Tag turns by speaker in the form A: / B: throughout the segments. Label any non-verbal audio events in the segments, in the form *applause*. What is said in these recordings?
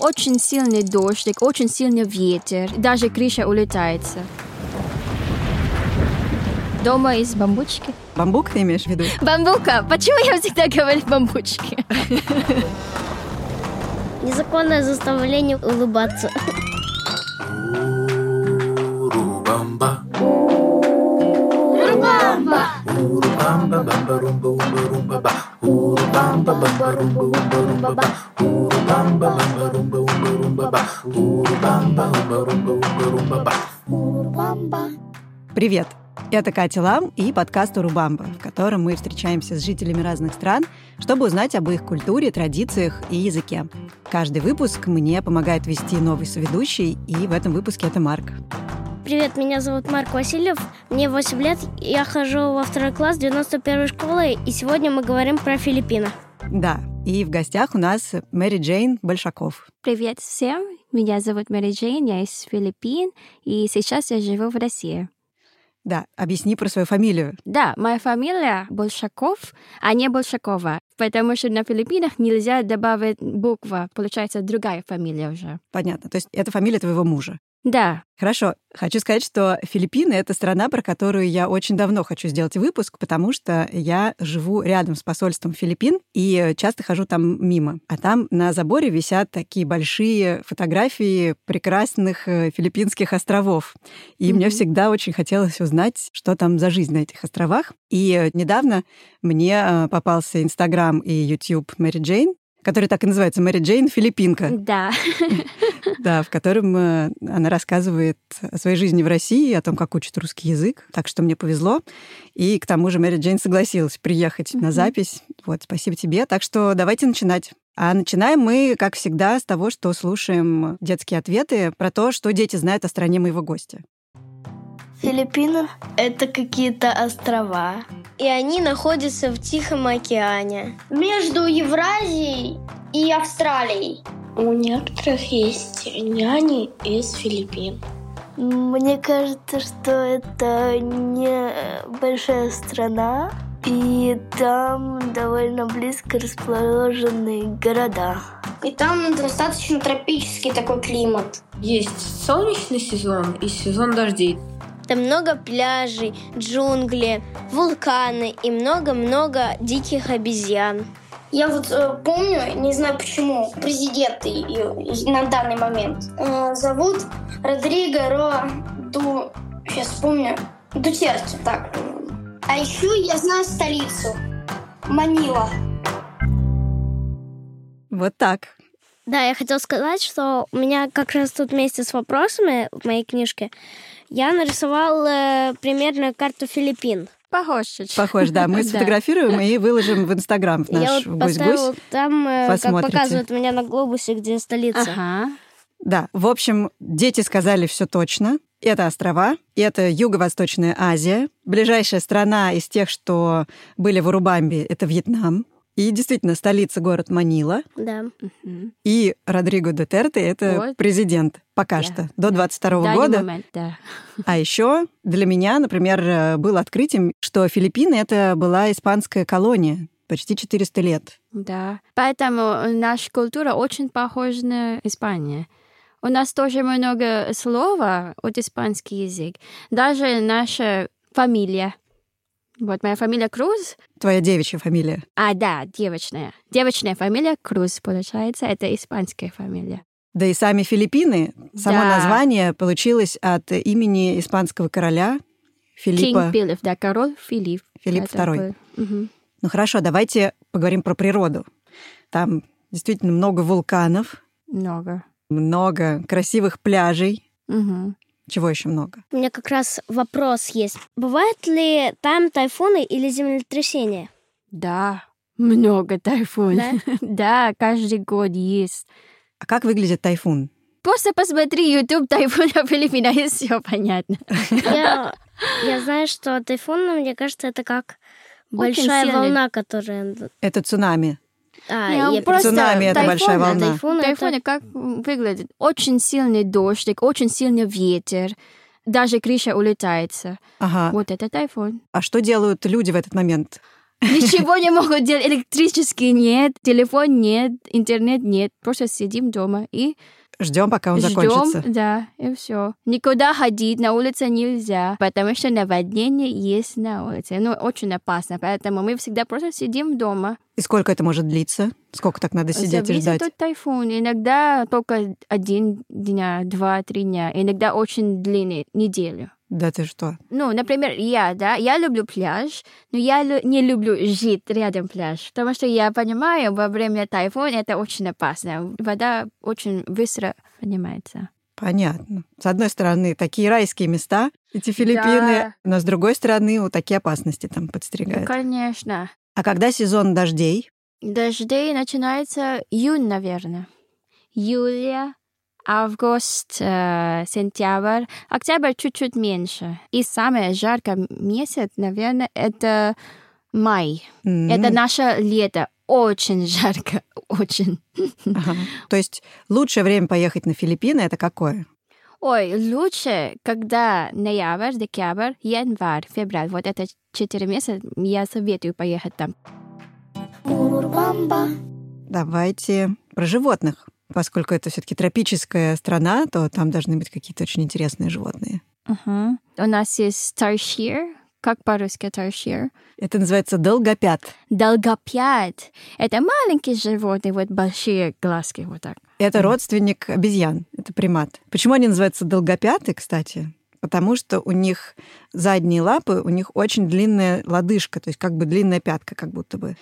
A: очень сильный дождь, очень сильный ветер, даже крыша улетается. Дома из бамбучки.
B: Бамбук ты имеешь в виду?
A: Бамбука! Почему я всегда говорю бамбучки?
C: Незаконное заставление улыбаться.
D: Урубамба. Урубамба. Урубамба, румба, умба, румба, ба. Урубамба, бамба, румба, умба, румба, ба. Урубамба, бамба, румба, умба, румба, ба. Урубамба, умба, румба, умба, румба, ба.
B: Привет! Это Катя Лам и подкаст «Урубамба», в котором мы встречаемся с жителями разных стран, чтобы узнать об их культуре, традициях и языке. Каждый выпуск мне помогает вести новый соведущий, и в этом выпуске это Марк.
C: Привет, меня зовут Марк Васильев, мне 8 лет, я хожу во второй класс 91 школы, и сегодня мы говорим про Филиппины.
B: Да, и в гостях у нас Мэри Джейн Большаков.
A: Привет всем! Меня зовут Мэри Джейн, я из Филиппин, и сейчас я живу в России.
B: Да, объясни про свою фамилию.
A: Да, моя фамилия Большаков, а не Большакова, потому что на Филиппинах нельзя добавить буква, получается другая фамилия уже.
B: Понятно, то есть это фамилия твоего мужа.
A: Да,
B: Хорошо, хочу сказать, что Филиппины — это страна, про которую я очень давно хочу сделать выпуск, потому что я живу рядом с посольством Филиппин и часто хожу там мимо. А там на заборе висят такие большие фотографии прекрасных э, филиппинских островов. И мне
A: Мгм.
B: всегда очень хотелось узнать, что там за жизнь на этих островах. И э, недавно мне э, попался Инстаграм и YouTube Мэри Джейн, который так и называется «Мэри Джейн Филиппинка».
A: да.
B: Да, в котором э, она рассказывает о своей жизни в России, о том, как учит русский язык. Так что мне повезло. И к тому же Мэри Джейн согласилась приехать на
A: Мгм.
B: запись. Вот, спасибо тебе. Так что давайте начинать. А начинаем мы, как всегда, с того, что слушаем детские ответы про то, что дети знают о стране моего гостя.
E: Филиппины – это какие-то острова.
C: И они находятся в Тихом океане.
F: между Евразией и Австралией.
E: У некоторых есть няни из Филиппин. Мне кажется, что это небольшая страна, и там довольно близко расположены города.
F: И там достаточно тропический такой климат.
G: Есть солнечный сезон и сезон дождей.
C: Там много пляжей, джунгли, вулканы и много-много диких обезьян.
F: Я вот э, помню, не знаю почему, президент и- и- и на данный момент э, зовут Родриго Роа Ду... Сейчас вспомню. Дутерте, так. А еще я знаю столицу. Манила.
B: Вот так.
C: Да, я хотела сказать, что у меня как раз тут вместе с вопросами в моей книжке я нарисовала э, примерную карту Филиппин.
A: Похоже.
B: Похоже, да.
C: *laughs*
B: Мы сфотографируем и выложим в Инстаграм в
C: я
B: наш
C: вот поставила
B: гусь-гусь.
C: там, э, как
B: Посмотрите.
C: показывают меня на глобусе, где столица.
A: Ага.
B: Да, в общем, дети сказали все точно. Это острова, это Юго-Восточная Азия. Ближайшая страна из тех, что были в Урубамбе, это Вьетнам. И действительно, столица город Манила.
C: Да.
A: Мгм.
B: И Родриго Дутерте — это
A: Вот.
B: президент пока
A: Да.
B: что, до 22
A: В данный
B: года.
A: момент, да.
B: А еще для меня, например, э, было открытием, что Филиппины — это была испанская колония почти 400 лет.
A: Да. Поэтому наша культура очень похожа на Испанию. У нас тоже много слова от испанский язык. Даже наша фамилия. Вот моя фамилия Круз.
B: Твоя девичья фамилия.
A: А, да, девочная. Девочная фамилия Круз, получается. Это испанская фамилия.
B: Да и сами Филиппины, само
A: Да.
B: название получилось от имени испанского короля Филиппа.
A: Кинг Филипп, да, король Филипп.
B: Филипп
A: Это
B: второй.
A: был. Мгм.
B: Ну хорошо, давайте поговорим про природу. Там действительно много вулканов,
A: Много.
B: много красивых пляжей.
A: Мгм.
B: Чего еще много?
C: У меня как раз вопрос есть. Бывают ли там тайфуны или землетрясения?
A: Да, много
C: Да?
A: тайфунов. *laughs* Да, каждый год есть.
B: А как выглядит тайфун?
A: Просто посмотри YouTube тайфун на Филиппинах, и *laughs* все понятно.
C: Я, я знаю, что тайфун, но мне кажется, это как
A: Очень
C: большая
A: сильный.
C: волна, которая...
B: Это цунами.
C: А,
A: Не, он
C: я-
A: просто
B: Цунами это большая
A: тайфун,
C: А,
B: волна.
C: тайфун это-
A: Тайфуны как выглядит? Очень сильный дождик, очень сильный ветер. Даже крыша улетается.
B: Ага.
A: Вот это тайфун.
B: А что делают люди в этот момент?
A: Ничего не могут делать. Электрический нет, телефон нет, интернет нет. Просто сидим дома и
B: Ждем, пока он закончится.
A: ждем. Да, и все. Никуда ходить на улице нельзя, потому что наводнение есть на улице. Ну, очень опасно, поэтому мы всегда просто сидим дома.
B: И сколько это может длиться? Сколько так
A: А
B: надо сидеть и
A: Э, Зависит
B: ждать?
A: от тайфуна. Иногда только один дня, два-три дня. Иногда очень длинные неделю.
B: Да ты что?
A: Ну, например, я, да, я люблю пляж, но я лю- не люблю жить рядом пляж, потому что я понимаю, во время тайфуна это очень опасно. Вода очень быстро поднимается.
B: Понятно. С одной стороны, такие райские места, эти Филиппины, но с другой стороны, вот такие опасности там
A: Ну,
B: подстерегают.
A: конечно.
B: А когда сезон дождей?
A: Дожди начинается июнь, наверное. Июля, август, э, сентябрь, октябрь чуть-чуть меньше. И самое жаркое месяц, наверное, это май.
B: М,
A: Это наше лето. Очень жарко, *laughs* очень.
B: *laughs* ага. То есть лучшее время поехать на Филиппины это какое?
A: Ой, лучше, когда ноябрь, декабрь, январь, февраль. Вот это четыре месяца я советую поехать там.
B: Давайте про животных. Поскольку это все-таки тропическая страна, то там должны быть какие-то очень интересные животные.
A: Мгм. У нас есть таршир, как по-русски таршир.
B: Это называется долгопят.
A: Долгопят. Это маленькие животные, вот большие глазки, вот так.
B: Это родственник обезьян, это примат. Почему они называются долгопяты, кстати? Потому что у них задние лапы, у них очень длинная лодыжка, то есть как бы длинная пятка, как будто бы.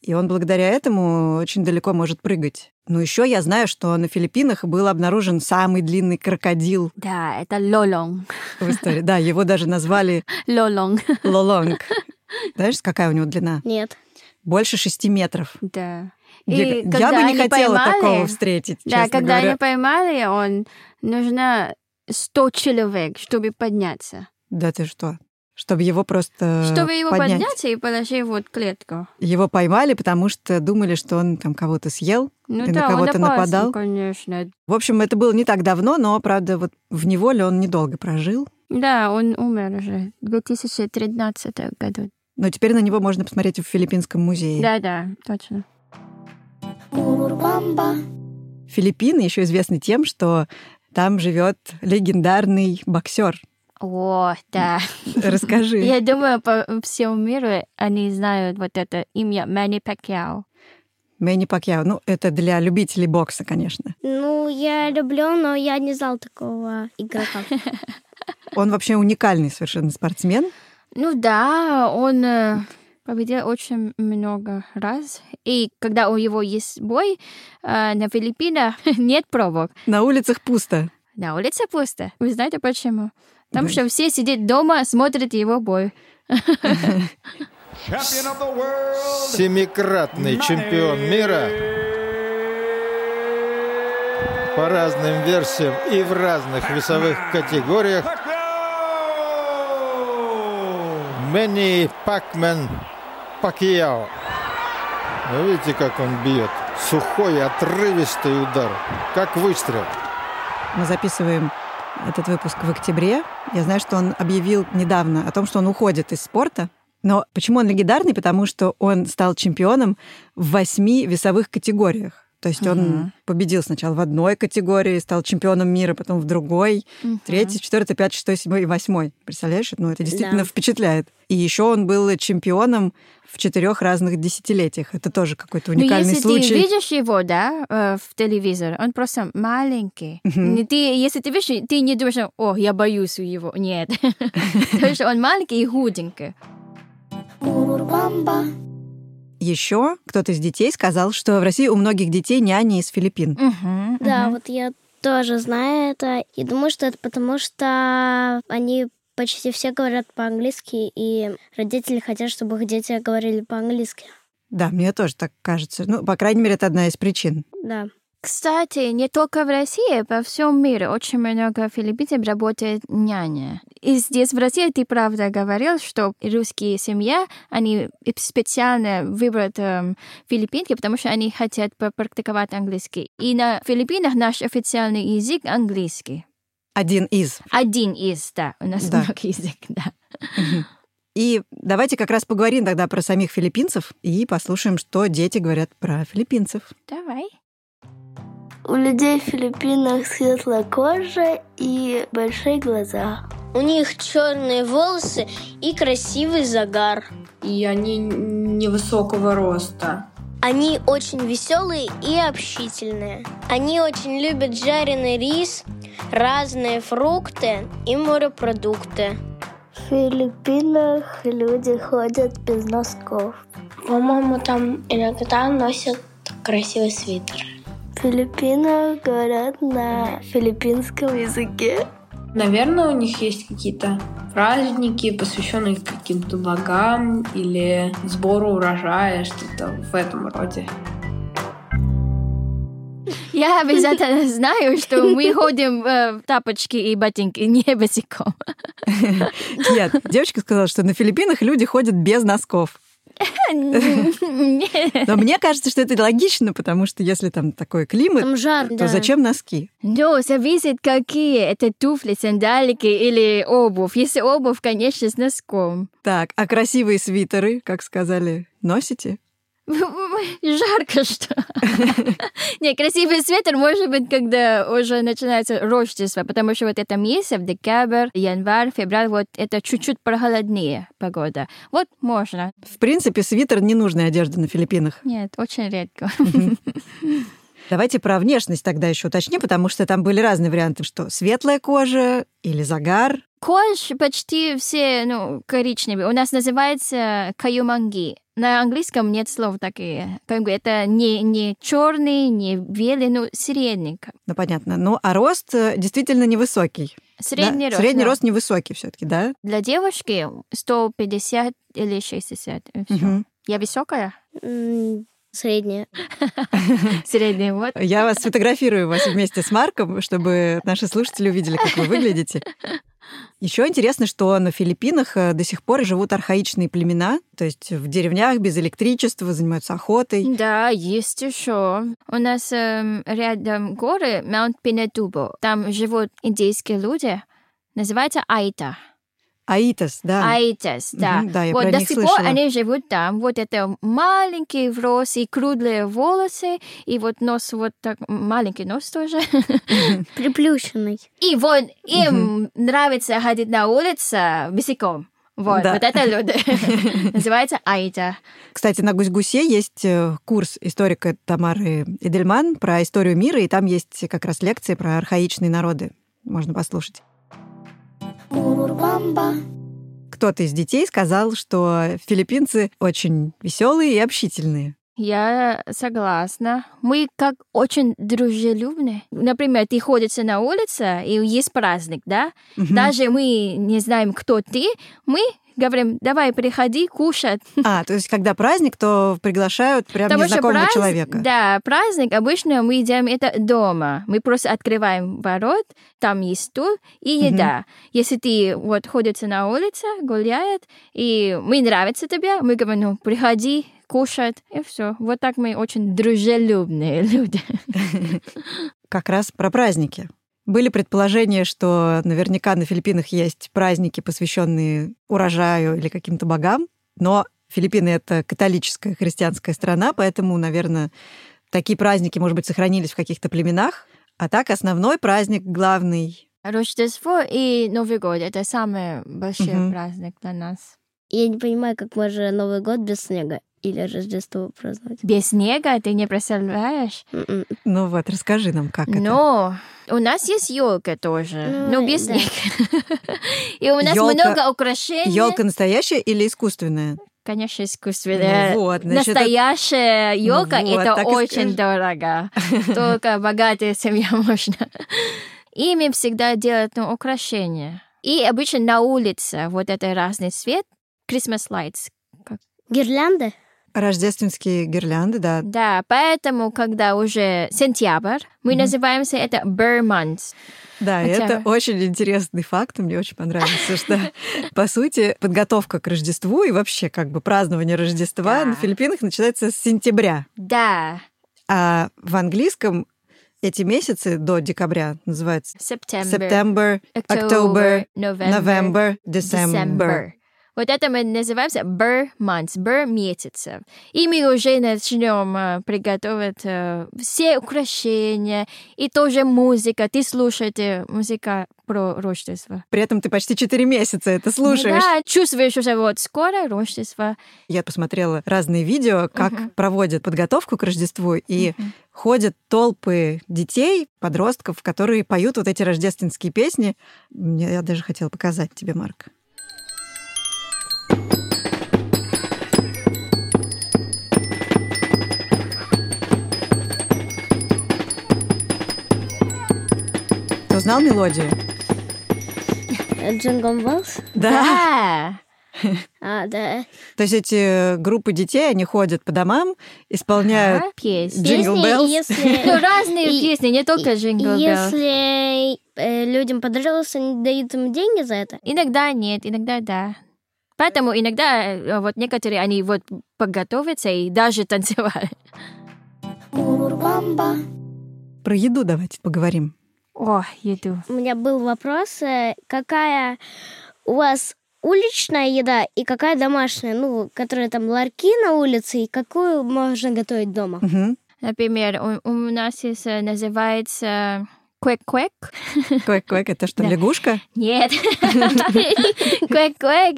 B: И он благодаря этому очень далеко может прыгать. Но еще я знаю, что на Филиппинах был обнаружен самый длинный крокодил
A: Да, это лолонг.
B: в истории. Да, его даже назвали
A: Лолонг.
B: Лолонг. Знаешь, какая у него длина?
C: Нет.
B: Больше шести метров.
A: *laughs* Да.
B: Я, я
A: когда
B: бы не
A: они
B: хотела
A: поймали-
B: такого встретить,
A: Да,
B: честно
A: когда
B: говоря.
A: они поймали, он нужно 100 человек, чтобы подняться.
B: Да ты что? Чтобы его просто
A: Чтобы его
B: Э, поднять.
A: поднять, и положить вот в клетку.
B: Его поймали, потому что думали, что он там кого-то съел.
A: Ну
B: Ты на
A: да, он
B: кого-то
A: опасен,
B: нападал?
A: конечно.
B: В общем, это было не так давно, но, правда, вот в неволе он недолго прожил.
A: Да, он умер уже в 2013 году.
B: Но теперь на него можно посмотреть в Филиппинском музее.
A: Да-да, точно.
B: Филиппины еще известны тем, что там живет легендарный
A: *laughs*
B: боксер.
A: О, да.
B: Расскажи.
A: Я думаю, по всему миру они знают вот это имя Мэнни Пакьяо.
B: Мэнни Пакьяо. Ну, это для любителей бокса, конечно.
C: Ну, я люблю, но я не знал такого игрока.
B: Он вообще уникальный совершенно спортсмен.
A: Ну да, он э, победил очень много раз. И когда у него есть бой, э, на Филиппинах *laughs* нет пробок.
B: На улицах пусто.
A: На улице пусто. Вы знаете почему? Потому
B: Да.
A: что все сидят дома, смотрят его бой.
H: Семикратный чемпион мира по разным версиям и в разных весовых категориях Мэнни Пакмен Пакьяо. Вы видите, как он бьет? Сухой, отрывистый удар, как выстрел.
B: Мы записываем этот выпуск в октябре. Я знаю, что он объявил недавно о том, что он уходит из спорта. Но почему он легендарный? Потому что он стал чемпионом в восьми весовых категориях. То есть он победил сначала в одной категории, стал чемпионом мира, потом в другой, третий, четвертый, пятый, шестой, седьмой и восьмой. Представляешь? Ну, это действительно
C: Да.
B: впечатляет. И еще он был чемпионом в четырех разных десятилетиях. Это тоже какой-то уникальный
A: Но Ну, если
B: случай.
A: ты видишь его, да, э, в телевизоре, он просто маленький. Не Ты, если ты видишь, ты не думаешь, о, я боюсь его. Нет. *laughs* Потому что он маленький и худенький.
B: Еще кто-то из детей сказал, что в России у многих детей няни из Филиппин.
A: Мгм.
C: Да, вот я тоже знаю это. И думаю, что это потому, что они почти все говорят по-английски, и родители хотят, чтобы их дети говорили по-английски.
B: Да, мне тоже так кажется. Ну, по крайней мере, это одна из причин.
C: Да.
A: Кстати, не только в России, по всем миру очень много филиппинцев работает няня. И здесь, в России, ты правда говорил, что русские семья, они специально выбрали филиппинки, потому что они хотят попрактиковать английский. И на Филиппинах наш официальный язык английский.
B: Один из.
A: Один из, да, у нас
B: Да.
A: много язык, да.
B: И давайте как раз поговорим тогда про самих филиппинцев и послушаем, что дети говорят про филиппинцев.
A: Давай.
E: У людей в Филиппинах светлая кожа и большие глаза.
C: У них черные волосы и красивый загар.
G: И они невысокого роста.
C: Они очень веселые и общительные. Они очень любят жареный рис, разные фрукты и морепродукты.
E: В Филиппинах люди ходят без носков.
F: По-моему, там иногда носят красивый свитер.
E: В Филиппинах говорят на филиппинском языке.
G: Наверное, у них есть какие-то праздники, посвященные каким-то богам или сбору урожая, что-то в этом роде.
A: Я обязательно *laughs* знаю, что мы ходим э, в тапочки и ботинки, *laughs* не босиком.
B: Нет, девочка сказала, что на Филиппинах люди ходят без носков.
A: *laughs*
B: Но мне кажется, что это логично, потому что если там такой климат,
C: Там жар,
B: то
C: да.
B: зачем носки?
A: Ну, зависит, какие это туфли, сандалики или обувь. Если обувь, конечно, с носком.
B: Так, а красивые свитеры, как сказали, носите?
A: *laughs* Жарко что. *laughs* Не, красивый свитер может быть, когда уже начинается рождество, потому что вот это месяц, декабрь, январь, февраль, вот это чуть-чуть прохладнее погода. Вот можно.
B: В принципе, свитер ненужная одежда на Филиппинах.
A: Нет, очень редко. *laughs*
B: Давайте про внешность тогда еще уточним, потому что там были разные варианты, что светлая кожа или загар.
A: Кож почти все ну, коричневые. У нас называется каюманги. На английском нет слов такие. Как бы это не, не черный, не белый, ну, средний. как-
B: Ну, понятно. Ну, а рост э, действительно невысокий. да?
A: Средний рост.
B: Средний
A: да.
B: рост невысокий все таки да?
A: Для девушки 150 или 60. и всё.
B: Мгм.
A: Я высокая? *laughs*
C: М, Средняя.
A: Средний, вот.
B: Я вас сфотографирую вас вместе с Марком, чтобы наши слушатели увидели, как вы выглядите. Еще интересно, что на Филиппинах э, до сих пор живут архаичные племена, то есть в деревнях без электричества занимаются охотой.
A: Да, есть еще. У нас эм, рядом горы Маунт Пинетубо. Там живут индейские люди. Называется Айта.
B: Аитос, да.
A: Айтес, да.
B: Мгм, да, я
A: вот
B: про
A: до
B: них
A: сих пор
B: слышала.
A: они живут там. Вот это маленькие волосы, круглые волосы, и вот нос вот так, м, маленький нос тоже. *laughs*
C: Приплющенный.
A: И вот им нравится ходить на улице босиком. Вот,
B: Да.
A: вот это люди. *laughs*
B: *laughs*
A: Называется Айта.
B: Кстати, на «Гусь-гусе» есть э, курс историка Тамары Эдельман про историю мира, и там есть как раз лекции про архаичные народы. Можно послушать. Кто-то из детей сказал, что филиппинцы очень веселые и общительные.
A: Я согласна. Мы как очень дружелюбны. Например, ты ходишь на улице, и есть праздник, да?
B: Мгм.
A: Даже мы не знаем, кто ты, мы говорим, давай, приходи кушать.
B: А, то есть, когда праздник, то приглашают прям незнакомого
A: празд-
B: человека.
A: Да, праздник обычно мы едим это дома. Мы просто открываем ворот, там есть стул и еда. Если ты вот ходишь на улице, гуляет, и мы нравится тебе, мы говорим, ну, приходи, кушать, и все. Вот так мы очень дружелюбные *laughs* люди.
B: Как раз про праздники. Были предположения, что наверняка на Филиппинах есть праздники, посвященные урожаю или каким-то богам, но Филиппины — это католическая христианская страна, поэтому, наверное, такие праздники, может быть, сохранились в каких-то племенах, а так основной праздник, главный.
A: Рождество и Новый год — это самый большой
B: Мгм.
A: праздник для нас.
C: Я не понимаю, как можно Новый год без снега или Рождество праздновать.
A: Без снега ты не представляешь?
C: М-м.
B: Ну вот, расскажи нам, как это.
A: Но у нас есть елка тоже.
C: Ну,
A: Ну, без
C: да.
A: них. И у нас
B: Ёлка-
A: много украшений.
B: Елка настоящая или искусственная?
A: Конечно, искусственная.
B: Ну вот, значит, это-
A: Настоящая елка
B: Ну вот,
A: это
B: так и
A: очень дорого.
B: *laughs*
A: Только богатая семья можно. Ими всегда делают ну, украшения. И обычно на улице вот это разный цвет. Christmas lights.
C: Гирлянды?
B: Рождественские гирлянды, да.
A: Да, поэтому, когда уже сентябрь, мы
B: Мгм.
A: называемся это Burr Month.
B: Да, и
A: Хотя
B: это
A: бы.
B: очень интересный факт, и мне очень понравился, что, по сути, подготовка к Рождеству и вообще как бы празднование Рождества
A: Да.
B: на Филиппинах начинается с сентября.
A: Да,
B: А в английском эти месяцы до декабря называются
A: сентябрь.
B: September, October,
A: November,
B: November, December.
A: Вот это мы называемся бер months, бер месяцев. И мы уже начнем приготовить э, все украшения и тоже музыка. Ты слушаешь музыка про Рождество.
B: При этом ты почти 4 месяца это слушаешь.
A: Да, чувствуешь уже вот скоро Рождество.
B: Я посмотрела разные видео, как проводят подготовку к Рождеству, и ходят толпы детей, подростков, которые поют вот эти рождественские песни. Мне- Я даже хотела показать тебе, Марк. Ты узнал мелодию?
C: Джингл Беллс?
A: Да.
C: А, да.
B: То есть эти э, группы детей, они ходят по домам, исполняют
A: А, Песни.
B: Джингл
C: Песни,
B: Беллс?
A: Ну,
C: если...
A: разные
C: И-
A: песни, не только *laughs* джингл Белл.
C: Если э, людям понравилось, они дают им деньги за это.
A: Иногда нет, иногда да. Поэтому иногда э, вот некоторые, они вот подготовятся и даже *laughs* танцевали.
B: Про еду давайте поговорим.
A: О, еду.
C: У меня был вопрос, э, какая у вас уличная еда и какая домашняя, ну, которая там ларьки на улице, и какую можно готовить дома?
B: Мгм.
A: Например, у, у нас есть, э, называется э, квек-квек.
B: Квэк-квэк, это что,
A: Да.
B: лягушка? *laughs*
A: Нет. Квек-квек –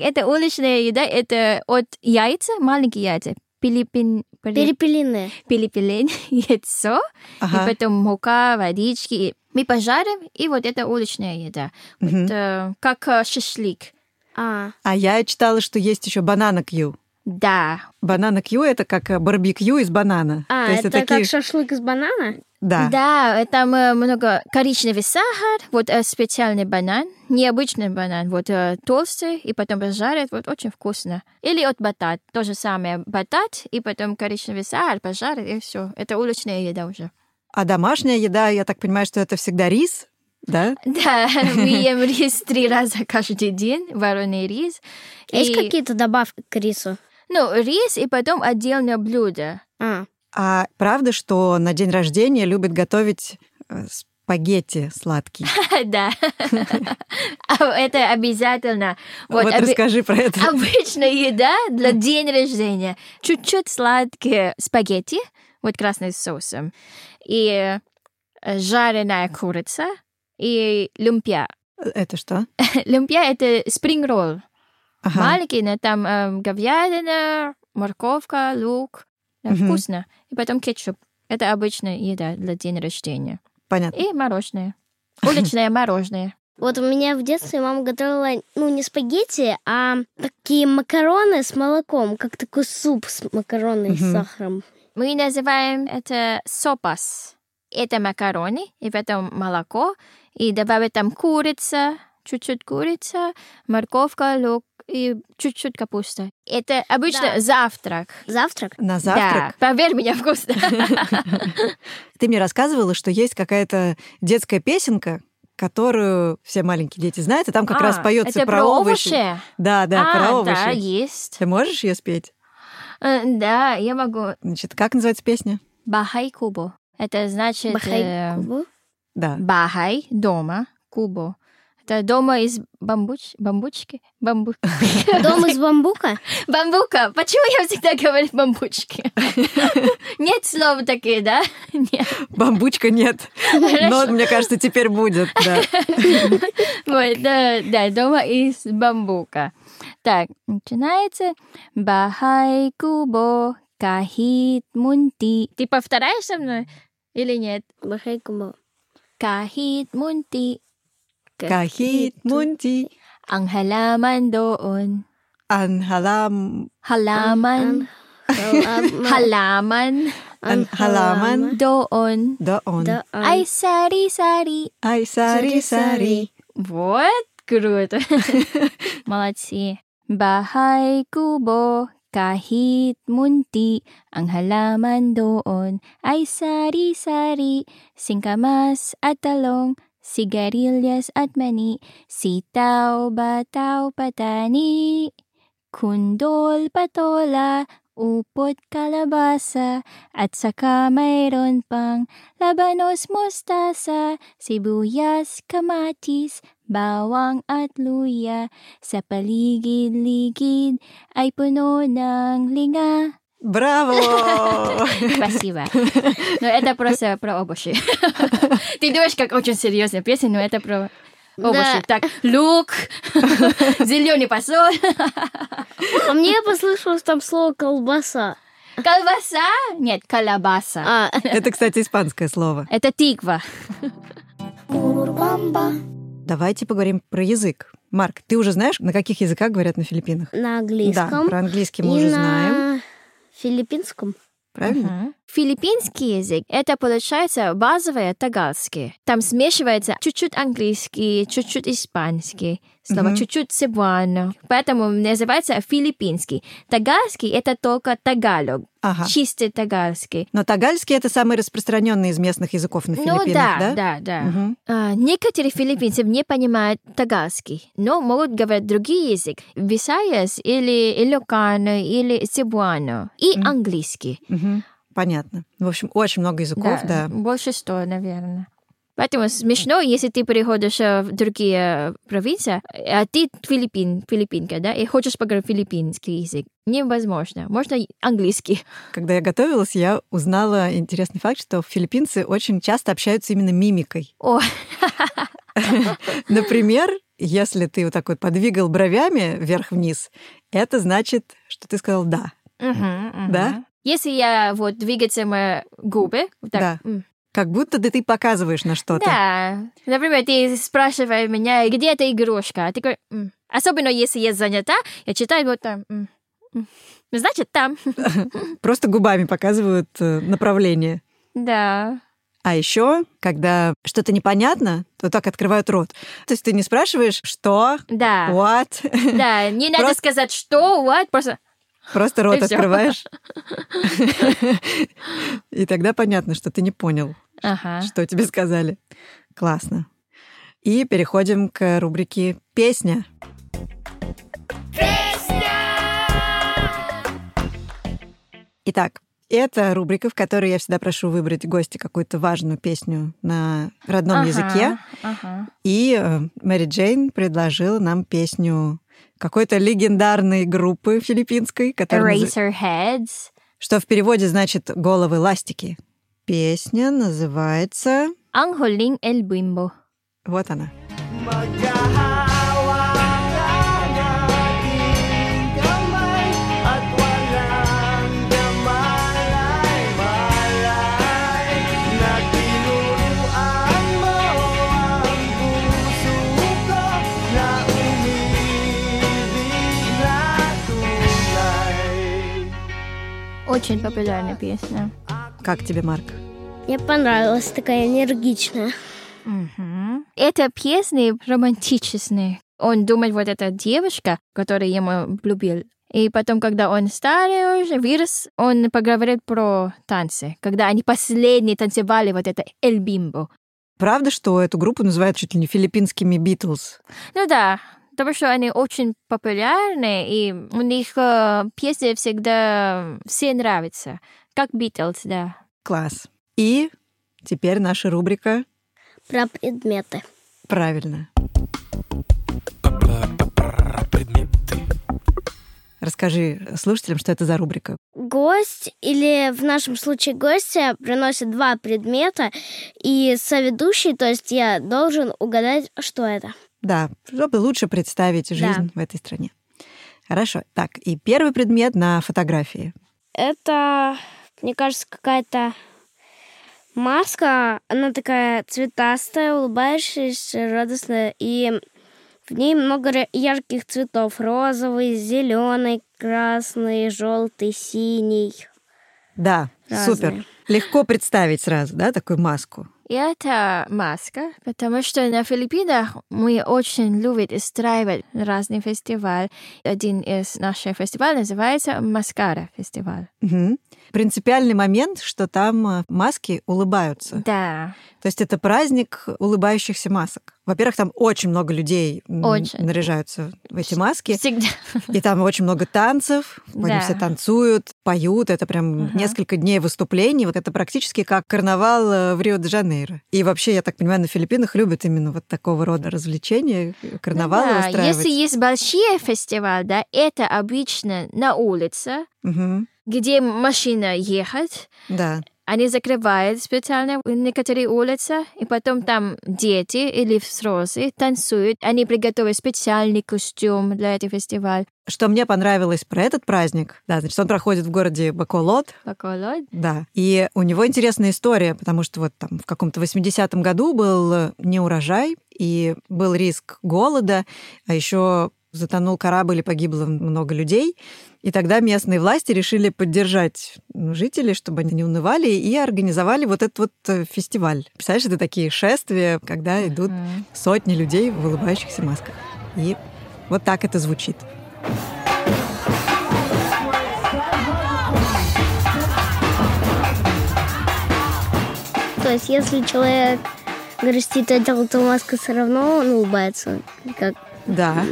A: это уличная еда. Это от яйца, маленькие яйца. Пилипин...
C: Перепелиные.
A: Пилипилин *laughs* яйцо. И
B: Ага.
A: потом мука, водички. И Мы пожарим, и вот это уличная еда.
B: Мгм.
A: Это как э, шашлык.
C: А,
B: А я читала, что есть еще банана кью.
A: Да,
B: Банана кью это как э, барбекю из банана.
C: а
B: То есть
C: это
B: такие-
C: как шашлык из банана?
B: Да.
A: Да, э, там э, много коричневый сахар, вот э, специальный банан, необычный банан, вот э, толстый, и потом пожарят, вот очень вкусно. Или от батат, то же самое, батат, и потом коричневый сахар пожарят, и все. Это уличная еда уже.
B: А домашняя еда, я так понимаю, что это всегда рис, да?
A: Да, мы ем рис три раза каждый день, вареный рис.
C: А Есть
A: И,
C: какие-то добавки к рису?
A: Ну, рис и потом отдельное блюдо. *laughs*
C: А,
B: А правда, что на день рождения любят готовить э, спагетти сладкие?
A: Да. А Это обязательно.
B: Вот,
A: оби-
B: расскажи про это.
A: *laughs* А Обычная еда для день рождения. Чуть-чуть сладкие спагетти, вот красный с соусом, и э, жареная курица, и *laughs* люмпia.
B: Это что?
A: Люмпia — это спринг-ролл.
B: Ага.
A: Маленький, но там эм, говядина, морковка, лук. Да,
B: Мгм.
A: Вкусно. И потом кетчуп. Это обычная еда для день рождения.
B: Понятно.
A: И
B: *laughs*
A: мороженое. Уличное мороженое.
C: Вот у меня в детстве мама готовила, ну, не спагетти, а такие макароны с молоком, как такой суп с макаронами
B: Мгм.
C: с сахаром.
A: Мы называем это сопас. Это макароны, и потом молоко, и добавить там курица, чуть-чуть курица, морковка, лук и чуть-чуть капуста. Это обычно
C: Да.
A: завтрак.
C: Завтрак?
B: На завтрак.
A: Да, поверь мне, вкусно.
B: Ты мне рассказывала, что есть какая-то детская песенка, которую все маленькие дети знают, и там как
A: *laughs*
B: раз
A: А,
B: поется
A: это
B: про овощи. Да, да,
A: а,
B: про
A: да,
B: овощи.
A: есть.
B: Ты можешь ее спеть?
A: Э, Да, я могу.
B: Значит, как называется песня?
A: Бахай кубо. Это значит... э,
C: Бахайкубу?
B: *laughs* Да.
A: Бахай дома, кубо. Это дома из бамбуч... бамбучки? Бамбу...
C: Дом из бамбука?
A: Бамбука. Почему я всегда говорю бамбучки? Нет слов такие, да? Нет.
B: Бамбучка нет.
A: *laughs*
B: Но, мне кажется, теперь будет. Да.
A: Вот, да, да, дома из бамбука. Так, начинается. Бахай кубо кахит мунти. Ты повторяешь со мной или нет?
C: Бахайкубу.
A: Кахит мунти.
B: Кахит мунти
A: Анхаламандоон.
B: анхалам
A: Халаман. Халаман.
B: анхаламан
A: Доон.
B: да он.
C: Да, а,
A: Ай, сари, сари.
B: Ай, сари, сари.
A: Вот круто. *laughs* Молодцы. Bahay kubo kahit munti ang halaman doon ay sari-sari singkamas at talong sigarilyas at mani sitaw bataw patani kundol patola Upot kalabasa at saka mayroon pang labanos mustasa, sibuyas, kamatis, bawang at luya. Sa paligid-ligid ay puno ng linga. *laughs*
B: Браво!
A: Спасибо. Но это просто про овощи. Ты думаешь, как очень серьезная песня, но это про овощи. Так, лук, *laughs* зеленый посол,
C: А мне послышалось там слово колбаса.
A: колбаса. Нет, колобаса.
C: А,
B: Это, кстати, испанское слово.
A: Это тыква.
B: Давайте поговорим про язык. Марк, ты уже знаешь, на каких языках говорят на Филиппинах?
C: на
B: Да,
C: английском.
B: про английский мы
C: и
B: уже
C: на
B: знаем.
C: филиппинском.
B: Правильно?
A: Филиппинский язык – это, получается, базовый тагалский. Там смешивается чуть-чуть английский, чуть-чуть испанский, слово
B: Мгм.
A: чуть-чуть сибуано. Поэтому называется филиппинский. Тагалский – это только тагалог,
B: Ага.
A: чистый тагалский.
B: Но тагальский — это самый распространенный из местных языков на Филиппинах,
A: Ну да, да, да.
B: Мгм.
A: А, некоторые филиппинцы не понимают тагалский, но могут говорить другие язык. Висаяс или Илокано или сибуано. И
B: Мгм.
A: английский.
B: Мгм. Понятно. В общем, очень много языков, да.
A: Больше сто, наверное. Поэтому смешно, если ты переходишь э, в другие э, провинции, а ты филиппин, филиппинка, да, и хочешь поговорить филиппинский язык. Невозможно. Можно и английский. *laughs*
B: Когда я готовилась, я узнала интересный факт, что филиппинцы очень часто общаются именно
A: *laughs*
B: мимикой.
A: О.
B: Например, если ты вот так вот подвигал бровями вверх-вниз, это значит, что ты сказал «да». Да?
A: Если я вот двигаться мои губы, вот так, м,
B: Как будто да ты показываешь на что-то.
A: Да. Например, ты спрашиваешь меня, где эта игрушка? А Ты говоришь, «М». особенно если я занята, я читаю вот там. «М, м». Ну, Значит, там. *laughs*
B: Просто губами показывают э, направление.
A: Да.
B: А еще, когда что-то непонятно, то так открывают рот. То есть ты не спрашиваешь «что?»,
A: Да.
B: «what?», *laughs*
A: Да. Не надо
B: Просто-
A: сказать, что, what, просто
B: просто *laughs*
A: И
B: рот
A: всё.
B: открываешь. И тогда понятно, что ты не понял,
A: *laughs* Ага.
B: что тебе сказали. Классно. И переходим к рубрике «Песня». Итак, это рубрика, в которой я всегда прошу выбрать гости какую-то важную песню на родном
A: Ага,
B: языке.
A: ага.
B: И э, Мэри Джейн предложила нам песню какой-то легендарной группы филиппинской, которая назы-
A: Eraserheads.
B: что в переводе значит «головы ластики». Песня называется...
A: Angholing El Bimbo.
B: Вот она.
A: Очень популярная песня.
B: Как тебе, Марк?
C: Мне понравилась такая энергичная.
A: Это песни романтичные. Он думает, вот эта девушка, которая ему влюбил. И потом, когда он старый уже, вирус, он поговорит про танцы. Когда они последние танцевали вот это Эль Бимбо.
B: Правда, что эту группу называют чуть ли не филиппинскими «Битлз»?
A: Ну да, потому что они очень популярны, и у них э, песни всегда все нравятся. Как Битлз, да.
B: Класс. И теперь наша рубрика
C: Про предметы.
B: «Правильно». Расскажи слушателям, что это за рубрика.
C: Гость или в нашем случае гостя приносит два предмета, и соведущий, то есть я должен угадать, что это.
B: Да, чтобы лучше представить жизнь в этой стране. Хорошо. Так, и первый предмет на фотографии.
C: Это, мне кажется, какая-то маска. Она такая цветастая, улыбающаяся, радостная. И в ней много ра- ярких цветов. Розовый, зеленый, красный, желтый, синий.
B: Да,
C: Разные.
B: супер. Легко представить сразу, да, такую маску.
A: И это маска, потому что на Филиппинах мы очень любим устраивать разные фестивали. Один из наших фестивалей называется Маскара фестиваль.
B: Мгм. принципиальный момент, что там э, маски улыбаются.
A: Да.
B: То есть это праздник улыбающихся масок. Во-первых, там очень много людей м,
A: Очень.
B: наряжаются в эти маски.
A: Всегда.
B: И там очень много танцев, они
A: Да.
B: все танцуют, поют, это прям
A: Ага.
B: несколько дней выступлений, вот это практически как карнавал э, в Рио-де-Жанейро. И вообще, я так понимаю, на Филиппинах любят именно вот такого рода развлечения, *laughs* э, карнавалы
A: Да,
B: устраивать.
A: если есть большие фестивали, да, это обычно на улице,
B: Мгм.
A: где машина ехать,
B: Да,
A: они закрывают специально некоторые улицы, и потом там дети или взрослые танцуют. Они приготовят специальный костюм для этого фестиваля.
B: Что мне понравилось про этот праздник, да, значит, он проходит в городе Баколот,
A: Поколоть.
B: да, и у него интересная история, потому что вот там в каком-то 80-м году был э, неурожай, и был риск голода, а еще затонул корабль и погибло много людей. И тогда местные власти решили поддержать ну, жителей, чтобы они не унывали, и организовали вот этот вот э, фестиваль. Представляешь, это такие шествия, когда идут
A: Мгм.
B: сотни людей в улыбающихся масках. И вот так это звучит.
C: То есть, если человек грустит, а одел то маска, все равно он улыбается. Как,
B: Да,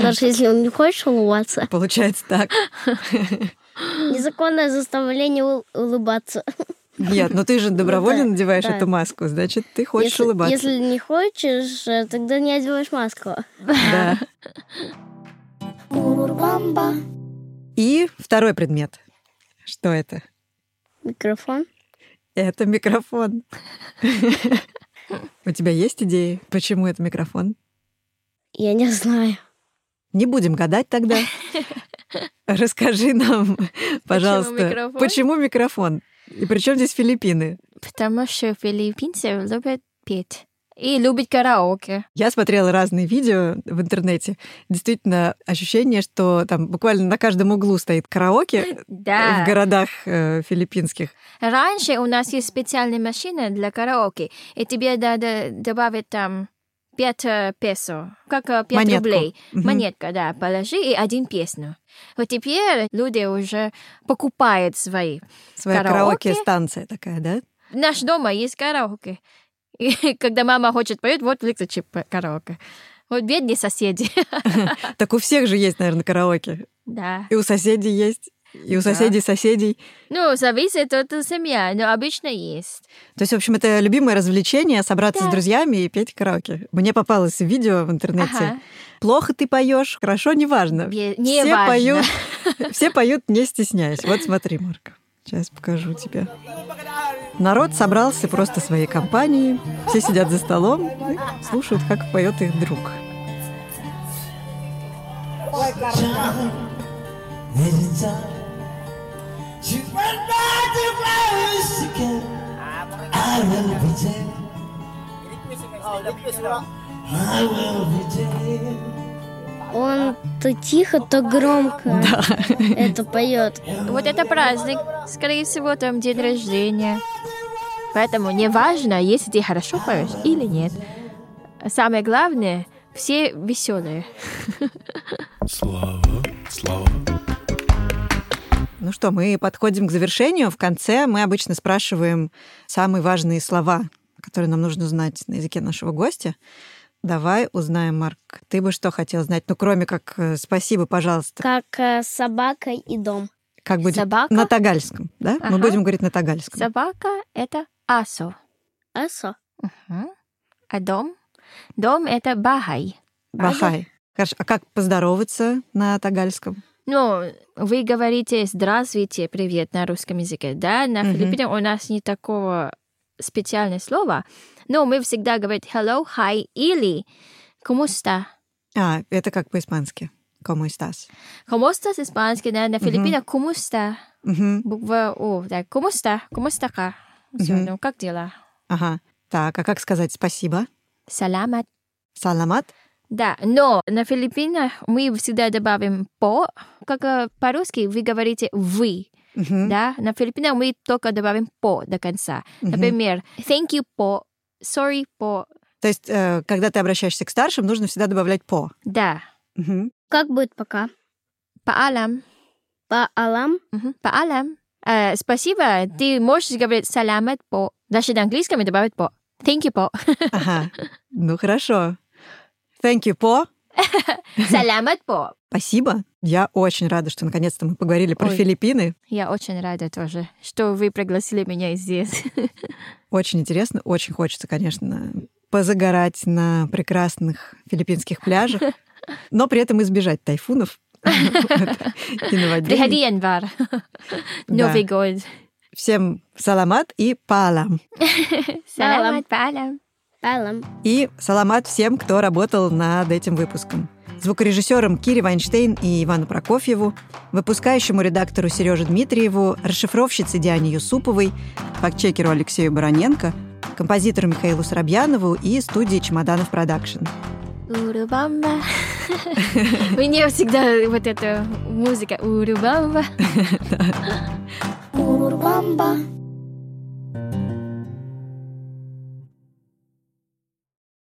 C: даже если он не хочет улыбаться.
B: получается так.
C: Незаконное заставление ул- улыбаться.
B: Нет, но ты же добровольно
C: Ну да,
B: надеваешь
C: да.
B: эту маску, значит, ты хочешь
C: если,
B: улыбаться.
C: Если не хочешь, э, тогда не одеваешь маску.
B: Да. И второй предмет. Что это?
C: Микрофон.
B: Это микрофон. У тебя есть идеи, почему это микрофон?
C: Я не знаю.
B: Не будем гадать тогда. Расскажи нам, пожалуйста,
A: микрофон?
B: почему микрофон? И при чем здесь Филиппины?
A: Потому что филиппинцы любят петь и любят караоке.
B: Я смотрела разные видео в интернете. Действительно, ощущение, что там буквально на каждом углу стоит караоке
A: Да.
B: в городах э, филиппинских.
A: Раньше у нас есть специальная машина для караоке, и тебе надо добавить там 5 песо, как э, 5
B: Монетку.
A: рублей.
B: Мгм.
A: Монетка, да, положи и один песню. Вот теперь люди уже покупают свои.
B: Своя
A: Караоке?
B: караоке-станция такая, да?
A: Наш дома есть караоке. И *laughs* когда мама хочет поет, вот выключи п- караоке. Вот бедные соседи. *laughs*
B: Так у всех же есть, наверное, караоке.
A: Да.
B: И у соседей есть, и у
A: Да.
B: соседей соседей.
A: Ну, зависит от семья, но обычно есть.
B: То есть, в общем, это любимое развлечение собраться с
A: Да.
B: друзьями и петь караоке. Мне попалось видео в интернете.
A: Ага.
B: Плохо ты поешь, хорошо, неважно.
A: Бе- не
B: все
A: важно.
B: поют, *laughs* все поют, не стесняясь. Вот смотри, Марка. Сейчас покажу тебе. Народ собрался просто своей компанией. Все сидят за столом и слушают, как поет их друг.
C: Он то тихо, то громко это поет.
A: Вот это праздник. Скорее всего, там день рождения. Поэтому не важно, если ты хорошо поешь или нет. Самое главное, все веселые.
B: Ну что, мы подходим к завершению. В конце мы обычно спрашиваем самые важные слова, которые нам нужно знать на языке нашего гостя. Давай узнаем, Марк, ты бы что хотел знать? Ну, кроме как э, «спасибо, пожалуйста».
C: Как э, собака и дом.
B: Как будет?
A: Собака?
B: На тагальском, да? Мы
A: Ага.
B: будем говорить на тагальском.
A: Собака — это асо.
C: Асо.
A: Мгм. А дом? Дом — это бахай.
B: Бахай. Хорошо. А как поздороваться на тагальском?
A: Ну, вы говорите «здравствуйте», «привет» на русском языке, да? На
B: Мгм.
A: Филиппинах у нас не такого специального слова, но мы всегда говорим «hello», «hi» или «кумуста».
B: А, это как по-испански. Como estás?
A: Комоста с испанский, да, на Филиппинах кумуста.
B: Мгм.
A: Буква О, да, кумуста, кумустака. Все,
B: Мгм.
A: ну как дела?
B: Ага. Так, а как сказать спасибо?
A: Саламат.
B: Саламат?
A: Да, но на Филиппинах мы всегда добавим по, как э, по-русски вы говорите вы,
B: Мгм.
A: да? На Филиппинах мы только добавим по до конца.
B: Мгм.
A: Например, thank you по, sorry по,
B: То есть, э, когда ты обращаешься к старшим, нужно всегда добавлять по.
A: да.
B: Мгм.
C: Как будет пока?
A: Паалам,
C: По алам.
A: Мгм, паалам. Э, спасибо. Ты можешь говорить саламет по. Даже на английском и добавить по. Thank you *laughs* по.
B: Ага. Ну хорошо. Thank you, По.
A: Саламет по.
B: Спасибо. Я очень рада, что наконец-то мы поговорили про
A: Ой.
B: Филиппины.
A: Я очень рада тоже, что вы пригласили меня *laughs* здесь.
B: Очень интересно, очень хочется, конечно, позагорать на прекрасных филиппинских пляжах, но при этом избежать тайфунов *laughs* и
A: Приходи *laughs*
B: наводнений.
A: январь. Новый год.
B: Всем саламат и палам.
A: Саламет
C: Салам.
A: палам.
C: Палам.
B: И саламат всем, кто работал над этим выпуском. Звукорежиссерам Кире Вайнштейн и Ивану Прокофьеву, выпускающему редактору Сереже Дмитриеву, расшифровщице Диане Юсуповой, фактчекеру Алексею Бароненко, композитору Михаилу Срабьянову и студии «Чемоданов Продакшн».
A: Урубамба. *laughs* Мне всегда вот эта музыка. Урубамба.
E: Urubamba,